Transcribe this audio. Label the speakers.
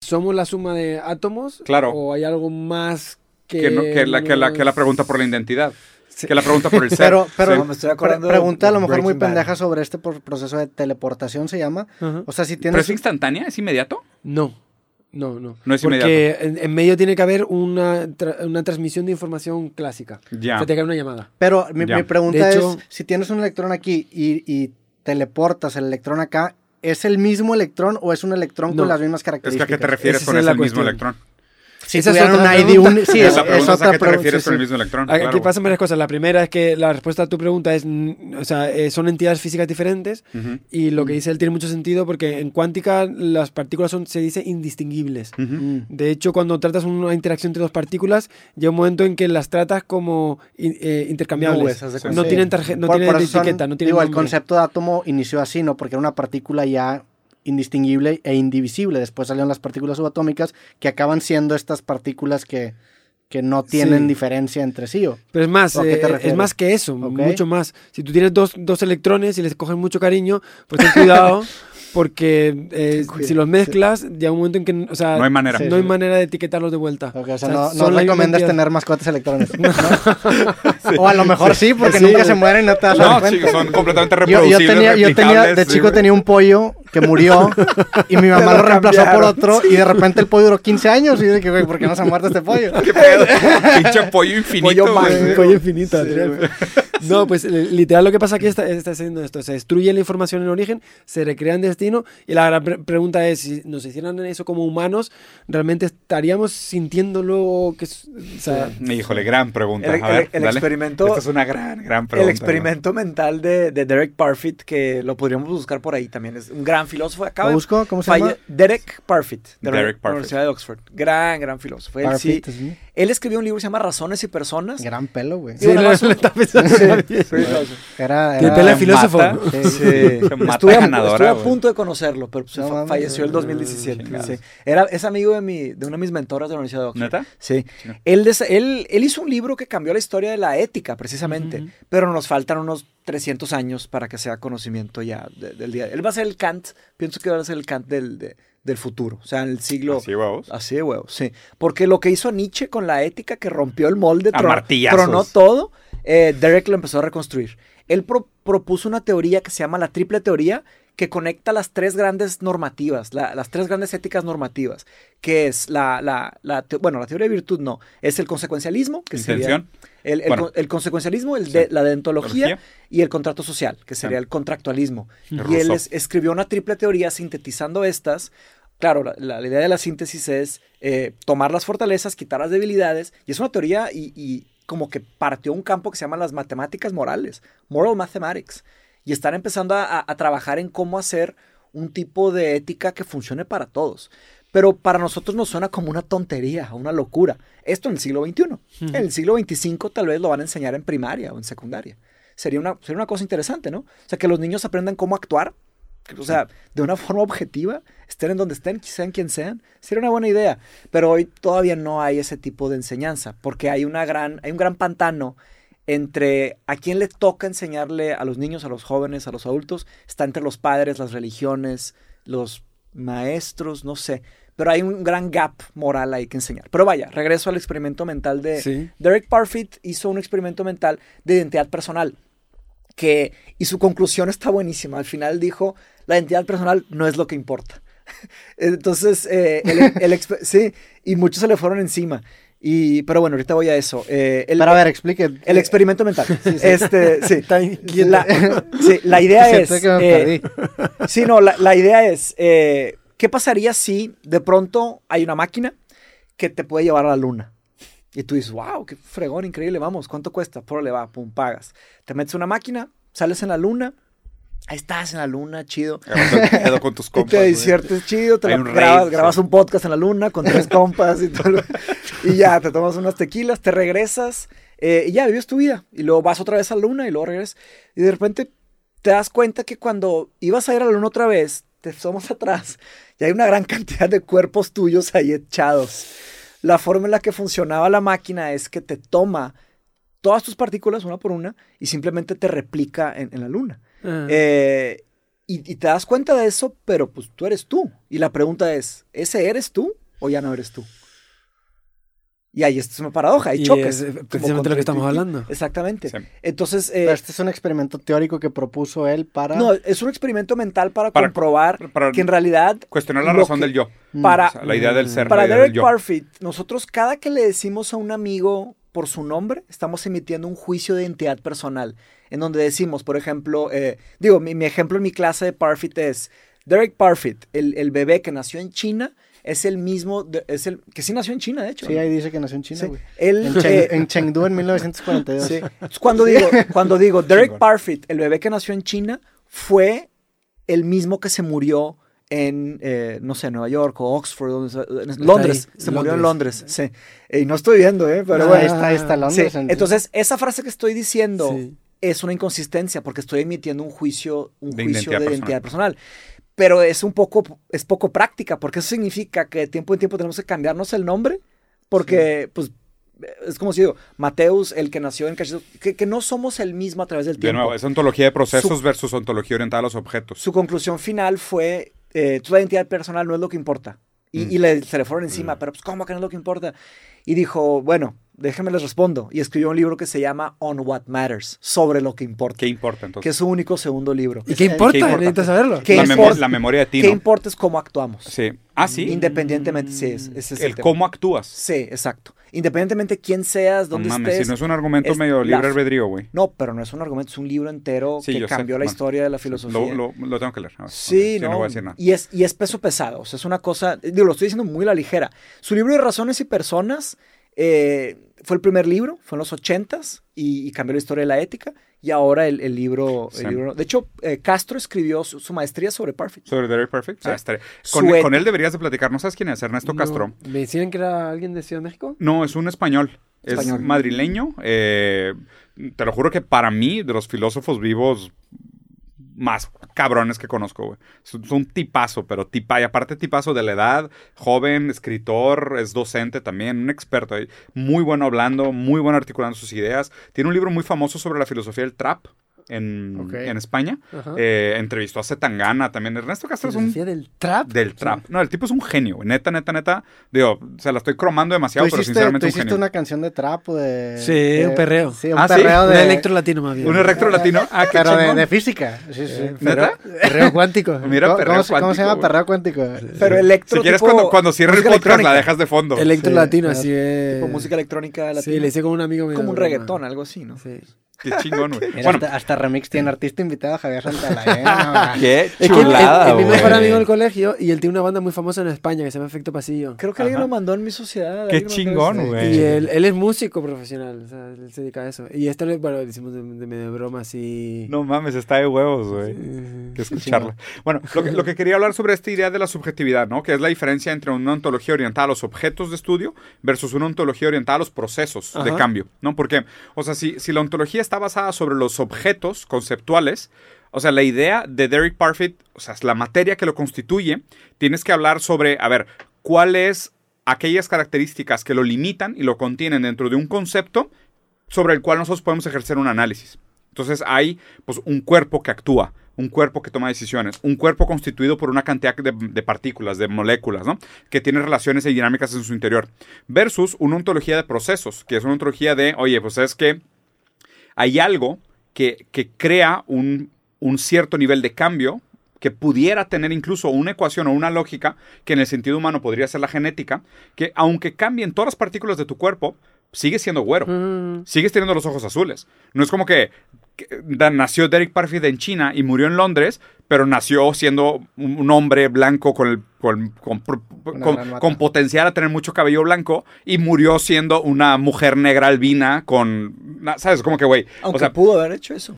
Speaker 1: ¿Somos la suma de átomos?
Speaker 2: Claro.
Speaker 1: ¿O hay algo más que.?
Speaker 2: Que, no- que la, que, la, que la
Speaker 1: nos-
Speaker 2: pregunta por la identidad.
Speaker 1: Sí.
Speaker 2: Que la pregunta por el ser.
Speaker 3: Pero, pero
Speaker 2: Sí.
Speaker 3: me estoy
Speaker 1: pre-
Speaker 3: acordando de
Speaker 1: pregunta
Speaker 3: a lo mejor muy Breaking Bad. pendeja sobre este por- proceso de teleportación, se llama.
Speaker 1: Ajá.
Speaker 3: O sea, si
Speaker 2: ¿Pero es
Speaker 3: tienes...
Speaker 2: instantánea? ¿Es inmediato?
Speaker 1: No, no, no.
Speaker 2: No es
Speaker 1: Porque en, en medio tiene que haber una, tra- una transmisión de información clásica.
Speaker 2: Ya.
Speaker 1: O sea, tiene que haber una llamada.
Speaker 3: Pero mi,
Speaker 2: Ya.
Speaker 3: mi pregunta
Speaker 1: De hecho-
Speaker 3: es, si tienes un electrón aquí y, y teleportas el electrón acá, ¿es el mismo electrón o es un electrón
Speaker 1: No.
Speaker 3: con las mismas
Speaker 2: Es que
Speaker 3: características?
Speaker 2: a qué te refieres
Speaker 1: Esa
Speaker 2: con
Speaker 1: es
Speaker 2: es
Speaker 1: la
Speaker 2: el mismo
Speaker 1: cuestión.
Speaker 2: electrón.
Speaker 3: Si
Speaker 1: Esa es
Speaker 3: tuvieran
Speaker 1: otra
Speaker 3: un ID, un...
Speaker 1: pregunta. Ah,
Speaker 3: Sí,
Speaker 2: Es
Speaker 3: es,
Speaker 2: la
Speaker 3: es
Speaker 2: pregunta, es a
Speaker 3: otra
Speaker 2: qué te
Speaker 3: pregunta.
Speaker 2: refieres
Speaker 3: sí,
Speaker 2: con el
Speaker 3: sí.
Speaker 2: mismo electrón.
Speaker 1: Aquí
Speaker 2: Ah, claro.
Speaker 1: pasan varias cosas. La primera es que la respuesta a tu pregunta es, mm, o sea, eh, son entidades físicas diferentes
Speaker 2: Ujú,
Speaker 1: y lo que dice él tiene mucho sentido porque en cuántica las partículas son, se dice, indistinguibles.
Speaker 2: ujú.
Speaker 3: Mm.
Speaker 1: De hecho, cuando tratas una interacción entre dos partículas, llega un momento en que las tratas como in- eh, intercambiables.
Speaker 3: Nubes, haz de
Speaker 1: no
Speaker 3: cuenta.
Speaker 1: tienen tarje- no
Speaker 3: Por-
Speaker 1: tienen
Speaker 3: por eso son-
Speaker 1: etiqueta, no tienen
Speaker 3: Digo, el
Speaker 1: nombre.
Speaker 3: concepto de átomo inició así, ¿no? Porque era una partícula ya indistinguible e indivisible. Después salieron las partículas subatómicas que acaban siendo estas partículas que, que no tienen
Speaker 1: Sí.
Speaker 3: diferencia entre sí. ¿o?
Speaker 1: Pero es más,
Speaker 3: ¿O a qué
Speaker 1: eh,
Speaker 3: te
Speaker 1: es
Speaker 3: refieres?
Speaker 1: más que eso,
Speaker 3: Ok.
Speaker 1: mucho más. Si tú tienes dos, dos electrones y les coges mucho cariño, pues ten cuidado, porque eh,
Speaker 3: cuidado.
Speaker 1: si los mezclas, llega un momento en que, o sea,
Speaker 2: No hay manera.
Speaker 1: no hay manera de etiquetarlos de vuelta.
Speaker 3: Ok, o sea,
Speaker 1: O sea,
Speaker 3: no,
Speaker 1: son
Speaker 3: no
Speaker 1: la misma
Speaker 3: recomiendas
Speaker 1: entidad.
Speaker 3: tener mascotas electrones. ¿no? O a lo mejor sí, porque
Speaker 1: Sí,
Speaker 3: nunca
Speaker 1: güey.
Speaker 3: se mueren y no te vas a dar
Speaker 2: No,
Speaker 3: cuenta.
Speaker 2: chicos, son completamente
Speaker 3: Yo, yo
Speaker 2: reproducibles.
Speaker 3: tenía, yo tenía, de
Speaker 2: replicables, sí,
Speaker 3: chico
Speaker 2: güey.
Speaker 3: tenía un pollo que murió y mi mamá
Speaker 1: lo
Speaker 3: lo, reemplazó por
Speaker 1: cambiaron.
Speaker 3: otro y de repente el pollo duró 15 años y yo dije, güey, ¿por qué no se ha muerto este pollo?
Speaker 2: ¿Qué pedo? Pinche pollo infinito.
Speaker 1: Pollo
Speaker 2: güey.
Speaker 1: man, pollo infinito. Adrián. no, pues eh, literal lo que pasa aquí está, está haciendo esto. Se destruye la información en origen, se recrea en destino y la gran pre- pregunta es, si nos hicieran eso como humanos, ¿realmente estaríamos sintiendo luego que... es- O sea,
Speaker 2: Híjole, gran pregunta.
Speaker 4: El-
Speaker 2: a ver,
Speaker 4: el- el
Speaker 2: dale.
Speaker 4: experimento-
Speaker 2: Esta es una gran, gran pregunta. güey.
Speaker 4: el experimento mental de, de Derek Parfit, que lo podríamos buscar por ahí también. Es un gran filósofo. Acaba
Speaker 3: ¿Lo
Speaker 4: de
Speaker 3: busco? ¿Cómo se
Speaker 4: falle-
Speaker 3: llama?
Speaker 4: Derek Parfit, de la
Speaker 2: Derek Parfit.
Speaker 4: Universidad de Oxford. Gran, gran filósofo. Él, sí-
Speaker 3: Parfit, sí.
Speaker 4: él escribió un libro que se llama Razones y Personas.
Speaker 3: Gran pelo, güey.
Speaker 4: Sí, nada más un-
Speaker 3: Sí, Era,
Speaker 1: Tiene
Speaker 3: era-
Speaker 1: pelo de
Speaker 2: Se
Speaker 1: filósofo.
Speaker 2: mata,
Speaker 3: Sí.
Speaker 4: Sí.
Speaker 2: Se mata
Speaker 4: estuve, a-
Speaker 2: ganadora,
Speaker 4: estuve a
Speaker 2: güey.
Speaker 4: punto de conocerlo, pero se
Speaker 3: No
Speaker 4: fa-
Speaker 3: mames.
Speaker 4: falleció el
Speaker 3: Ah,
Speaker 4: 2017.
Speaker 2: chingados.
Speaker 4: sí. Era, es amigo de, mi, de una de mis mentoras de la Universidad de Oxford.
Speaker 2: ¿Neta?
Speaker 4: Sí.
Speaker 2: Chinga.
Speaker 4: Él, des- él, él hizo un libro que cambió la historia de la ética, precisamente,
Speaker 1: Ujú.
Speaker 4: pero nos faltan unos 300 años para que sea conocimiento ya de- del día. Él va a ser el Kant, pienso que va a ser el Kant del, de- del futuro, o sea, en el siglo...
Speaker 2: Así, huevos.
Speaker 4: Así de huevo, sí. Porque lo que hizo Nietzsche con la ética que rompió el molde,
Speaker 2: A
Speaker 4: tron-
Speaker 2: martillazos.
Speaker 4: tronó todo, eh, Derek lo empezó a reconstruir. Él pro- propuso una teoría que se llama la triple teoría, que conecta las tres grandes normativas, la- las tres grandes éticas normativas, que es la, la, la te- bueno, la teoría de virtud no, es el consecuencialismo, que sería
Speaker 2: Intención.
Speaker 4: el, el
Speaker 2: Bueno.
Speaker 4: con- el consecuencialismo, el de,
Speaker 2: Sí.
Speaker 4: la deontología
Speaker 2: Teología.
Speaker 4: y el contrato social, que sería
Speaker 2: Sí.
Speaker 4: el contractualismo.
Speaker 2: El
Speaker 4: Y él
Speaker 2: Rousseau.
Speaker 4: es- escribió una triple teoría sintetizando estas. Claro, la, la- la idea de la síntesis es eh, tomar las fortalezas, quitar las debilidades, y es una teoría y, y como que partió un campo que se llama las matemáticas morales, moral mathematics, y están empezando a, a- a trabajar en cómo hacer un tipo de ética que funcione para todos. Pero para nosotros nos suena como una tontería, una locura. Esto en el siglo XXI. En el siglo XXV tal vez lo van a enseñar en primaria o en secundaria sería una, sería una cosa interesante, ¿no? O sea, que los niños aprendan cómo actuar, o sea, de una forma objetiva, estén en donde estén, sean quien sean, sería una buena idea. Pero hoy todavía no hay ese tipo de enseñanza, porque hay, una gran, hay un gran pantano entre a quién le toca enseñarle a los niños, a los jóvenes, a los adultos, está entre los padres, las religiones, los maestros, no sé. Pero hay un gran gap moral ahí que enseñar. Pero vaya, regreso al experimento mental de,
Speaker 1: Sí.
Speaker 4: Derek Parfit hizo un experimento mental de identidad personal que y su conclusión está buenísima. Al final dijo, la identidad personal no es lo que importa. Entonces, eh, el- el expe- sí, y muchos se le fueron encima. Y, pero bueno, ahorita voy a eso. Eh, el,
Speaker 3: Pero a ver, eh, explique.
Speaker 4: el experimento mental. Este, sí.
Speaker 1: Está inquieto.
Speaker 4: La, sí, la idea es...
Speaker 3: Siento que me
Speaker 4: eh, Sí, no, la, la idea es, eh, ¿qué pasaría si de pronto hay una máquina que te puede llevar a la luna? Y tú dices, wow, qué fregón, increíble, vamos, ¿cuánto cuesta? Por le va, pum, pagas. Te metes a una máquina, sales en la luna, ahí estás en la luna, chido.
Speaker 2: Agarrando el pedo con tus
Speaker 4: Y
Speaker 2: compas.
Speaker 4: te
Speaker 2: güey.
Speaker 4: diviertes chido, te
Speaker 2: Hay
Speaker 4: la
Speaker 2: un rave,
Speaker 4: grabas,
Speaker 2: sí.
Speaker 4: grabas un podcast en la luna con tres compas y todo. lo- Y ya, te tomas unas tequilas, te regresas eh, y ya vives tu vida. Y luego vas otra vez a la luna y luego regresas. Y de repente te das cuenta que cuando ibas a ir a la luna otra vez, te somos atrás y hay una gran cantidad de cuerpos tuyos ahí echados. La forma en la que funcionaba la máquina es que te toma todas tus partículas una por una y simplemente te replica en- en la luna.
Speaker 1: Ah.
Speaker 4: Eh, Y, y te das cuenta de eso, pero pues tú eres tú. Y la pregunta es, ¿ese eres tú o ya no eres tú? Y ahí es una paradoja, hay
Speaker 1: Y
Speaker 4: choques.
Speaker 1: es, eh,
Speaker 4: como
Speaker 1: precisamente lo que estamos
Speaker 4: contraintuitivo.
Speaker 1: hablando.
Speaker 4: Exactamente.
Speaker 2: Sí.
Speaker 4: Entonces, eh,
Speaker 3: Pero este es un experimento teórico que propuso él para...
Speaker 4: no, es un experimento mental para,
Speaker 2: Para-
Speaker 4: comprobar
Speaker 2: para-
Speaker 4: que en realidad,
Speaker 2: Cuestionar la
Speaker 4: Lo
Speaker 2: razón
Speaker 4: que-
Speaker 2: del yo.
Speaker 1: Mm.
Speaker 4: para,
Speaker 2: O sea, la idea del ser.
Speaker 4: para
Speaker 2: la idea del
Speaker 4: Derek
Speaker 2: yo.
Speaker 4: Parfit, nosotros cada que le decimos a un amigo por su nombre, estamos emitiendo un juicio de identidad personal, en donde decimos, por ejemplo, eh, digo, mi, mi ejemplo en mi clase de Parfit es, Derek Parfit, el, el bebé que nació en China, es el mismo, de- es el, que sí nació en China, de hecho.
Speaker 3: Sí, ahí dice que nació en China,
Speaker 4: Sí.
Speaker 3: güey.
Speaker 4: Él,
Speaker 3: En,
Speaker 4: eh,
Speaker 3: Cheng- en Chengdu en 1942.
Speaker 4: Sí. Entonces, Cuando digo, cuando digo Derek
Speaker 2: Chingón.
Speaker 4: Parfit, el bebé que nació en China, fue el mismo que se murió en, eh, no sé, Nueva York o Oxford, donde sea, en-
Speaker 1: Está
Speaker 4: Londres.
Speaker 1: ahí,
Speaker 4: se murió en
Speaker 1: Londres.
Speaker 4: Londres, sí. Y no estoy viendo, ¿eh? Pero
Speaker 3: Pero
Speaker 4: bueno.
Speaker 3: ahí Ah, está, ahí está Londres.
Speaker 4: Sí,
Speaker 3: en-
Speaker 4: Entonces, esa frase que estoy diciendo
Speaker 1: Sí.
Speaker 4: es una inconsistencia porque estoy emitiendo un juicio, un
Speaker 2: De
Speaker 4: juicio
Speaker 2: identidad
Speaker 4: de identidad personal. Pero es un poco, es poco práctica porque eso significa que de tiempo en tiempo tenemos que cambiarnos el nombre porque, pues, es como si digo, Mateus, el que nació en Cachito, que, que no somos el mismo a través del
Speaker 2: De
Speaker 4: tiempo.
Speaker 2: nuevo, es ontología de procesos
Speaker 4: Su-
Speaker 2: versus ontología orientada a los objetos.
Speaker 4: Su conclusión final fue, eh, tu identidad personal no es lo que importa. Y,
Speaker 2: Mm.
Speaker 4: y le, se le fueron encima, pero pues, ¿cómo que no es lo que importa? Y dijo, bueno, déjenme les respondo. Y escribió un libro que se llama On What Matters, sobre lo que importa,
Speaker 2: ¿Qué importa entonces?
Speaker 4: que es su único segundo libro.
Speaker 1: ¿Y qué importa?
Speaker 2: importa?
Speaker 1: Necesitas saberlo.
Speaker 4: ¿Qué
Speaker 2: la,
Speaker 4: es
Speaker 2: memo-
Speaker 4: por-
Speaker 2: la memoria de ti,
Speaker 4: ¿Qué
Speaker 2: ¿no?
Speaker 4: importa es cómo actuamos?
Speaker 2: Sí. Ah, sí.
Speaker 4: Independientemente, sí, es- ese es el,
Speaker 2: El
Speaker 4: tema.
Speaker 2: cómo actúas.
Speaker 4: Sí, exacto. Independientemente de quién seas,
Speaker 2: No
Speaker 4: dónde
Speaker 2: mames,
Speaker 4: estés.
Speaker 2: si no es un argumento
Speaker 4: es
Speaker 2: medio
Speaker 4: la-
Speaker 2: libre albedrío, güey.
Speaker 4: No, pero no es un argumento, es un libro entero
Speaker 2: Sí,
Speaker 4: que
Speaker 2: yo sé,
Speaker 4: cambió la
Speaker 2: bueno,
Speaker 4: historia de la filosofía.
Speaker 2: Lo, lo- lo tengo que leer. ahora.
Speaker 4: Sí,
Speaker 2: Ah, Ok,
Speaker 4: no.
Speaker 2: voy a decir nada.
Speaker 4: Y es, y es peso pesado. O sea, es una cosa. Digo, lo estoy diciendo muy a la ligera. Su libro de Razones y Personas eh, fue el primer libro, fue en los 80s y, y cambió la historia de la ética. Y ahora el, el libro, el
Speaker 2: Sí.
Speaker 4: libro- De hecho, eh, Castro escribió su, su maestría sobre Parfit.
Speaker 2: Sobre Derek Perfect.
Speaker 4: Sí.
Speaker 2: Ah, estaré-
Speaker 4: Su
Speaker 2: Con,
Speaker 4: et-
Speaker 2: con él deberías de platicar. ¿No sabes quién es? Ernesto Castro.
Speaker 1: No, ¿Me decían que era alguien de Ciudad de México?
Speaker 2: No, es un español. Es
Speaker 4: Español.
Speaker 2: madrileño. eh, te lo juro que para mí, de los filósofos vivos más cabrones que conozco, güey. Es, un- es un tipazo, pero tipa, y aparte tipazo de la edad, joven, escritor, es docente también, un experto ahí. Muy bueno hablando, muy bueno articulando sus ideas. Tiene un libro muy famoso sobre la filosofía del trap en,
Speaker 3: Ok.
Speaker 2: en España.
Speaker 1: Ajá.
Speaker 2: Eh, entrevistó a Zetangana también. Ernesto Castro es un
Speaker 1: ¿Filosofía del trap?
Speaker 2: del trap. No, el tipo es un genio. güey. Neta, neta, neta. Digo, se la estoy cromando
Speaker 3: ¿Tú
Speaker 2: demasiado, pero
Speaker 3: hiciste,
Speaker 2: sinceramente
Speaker 3: tú
Speaker 2: un
Speaker 3: hiciste
Speaker 2: genio.
Speaker 3: una canción de trap o de...
Speaker 1: Sí,
Speaker 3: de-
Speaker 1: un perreo.
Speaker 3: eh, Sí, un
Speaker 2: Ah, ¿sí?
Speaker 3: perreo
Speaker 1: Un
Speaker 3: de...
Speaker 1: electro latino más bien.
Speaker 2: Un erecto latino. Ah, qué
Speaker 3: Pero de,
Speaker 2: chingón.
Speaker 3: de física. Sí, sí.
Speaker 2: ¿Neta?
Speaker 1: Perreo cuántico.
Speaker 2: Mira,
Speaker 3: ¿Cómo-
Speaker 2: perreo
Speaker 3: ¿Cómo, se- cómo se llama
Speaker 2: cuántico,
Speaker 3: perreo cuántico?
Speaker 4: Pero electro.
Speaker 2: Si quieres,
Speaker 4: tipo-
Speaker 2: cuando, cuando cierre el
Speaker 4: música
Speaker 2: podcast, la
Speaker 4: electrónica,
Speaker 2: dejas de fondo.
Speaker 1: Electro
Speaker 3: Sí,
Speaker 1: latino,
Speaker 3: claro.
Speaker 1: así es.
Speaker 4: tipo música electrónica latina.
Speaker 1: Sí, le hice con un amigo mío.
Speaker 4: como un
Speaker 1: broma.
Speaker 4: reggaetón, algo así, ¿no?
Speaker 1: Sí.
Speaker 2: Qué chingón, güey.
Speaker 3: Mira,
Speaker 2: Bueno,
Speaker 3: hasta, hasta remix tiene artista invitado Javier ¿eh? Santalayana.
Speaker 2: qué
Speaker 1: Es que él- él- él
Speaker 2: güey.
Speaker 1: mi mejor amigo del colegio y él tiene una banda muy famosa en España que se llama Efecto Pasillo.
Speaker 4: Creo que alguien
Speaker 2: Ajá.
Speaker 4: lo mandó en este, mi sociedad.
Speaker 2: Qué
Speaker 4: alguien mandó
Speaker 2: chingón,
Speaker 4: eso.
Speaker 2: güey.
Speaker 1: Y él, él es músico profesional, o sea, él se dedica a eso. Y esto, lo- bueno, lo hicimos de, de medio broma así.
Speaker 2: No mames, está de huevos, güey.
Speaker 1: Eh,
Speaker 2: que escucharla. Bueno, lo que, lo que quería hablar sobre esta idea de la subjetividad, ¿no? Que es la diferencia entre una ontología orientada a los objetos de estudio versus una ontología orientada a los procesos de
Speaker 1: Ajá.
Speaker 2: cambio, ¿no? Porque, o sea, si, si la ontología está basada sobre los objetos conceptuales, o sea, la idea de Derek Parfit, o sea, es la materia que lo constituye, tienes que hablar sobre, a ver, cuál es aquellas características que lo limitan y lo contienen dentro de un concepto sobre el cual nosotros podemos ejercer un análisis. Entonces hay pues, un cuerpo que actúa, un cuerpo que toma decisiones, un cuerpo constituido por una cantidad de, de partículas, de moléculas, ¿no? que tiene relaciones y dinámicas en su interior, versus una ontología de procesos, que es una ontología de, oye, pues es que hay algo que, que crea un, un cierto nivel de cambio que pudiera tener incluso una ecuación o una lógica que en el sentido humano podría ser la genética, que aunque cambien todas las partículas de tu cuerpo, sigue siendo güero
Speaker 1: Mm.
Speaker 2: sigues teniendo los ojos azules. No es como que, que da- nació Derek Parfit en China y murió en Londres, pero nació siendo un, un hombre blanco con, el- con, con, pr-
Speaker 3: Una
Speaker 2: con-
Speaker 3: gran mata.
Speaker 2: con potencial a tener mucho cabello blanco y murió siendo una mujer negra albina con, na- ¿sabes? Como que, güey,
Speaker 4: Aunque
Speaker 2: o sea,
Speaker 4: pudo haber hecho eso.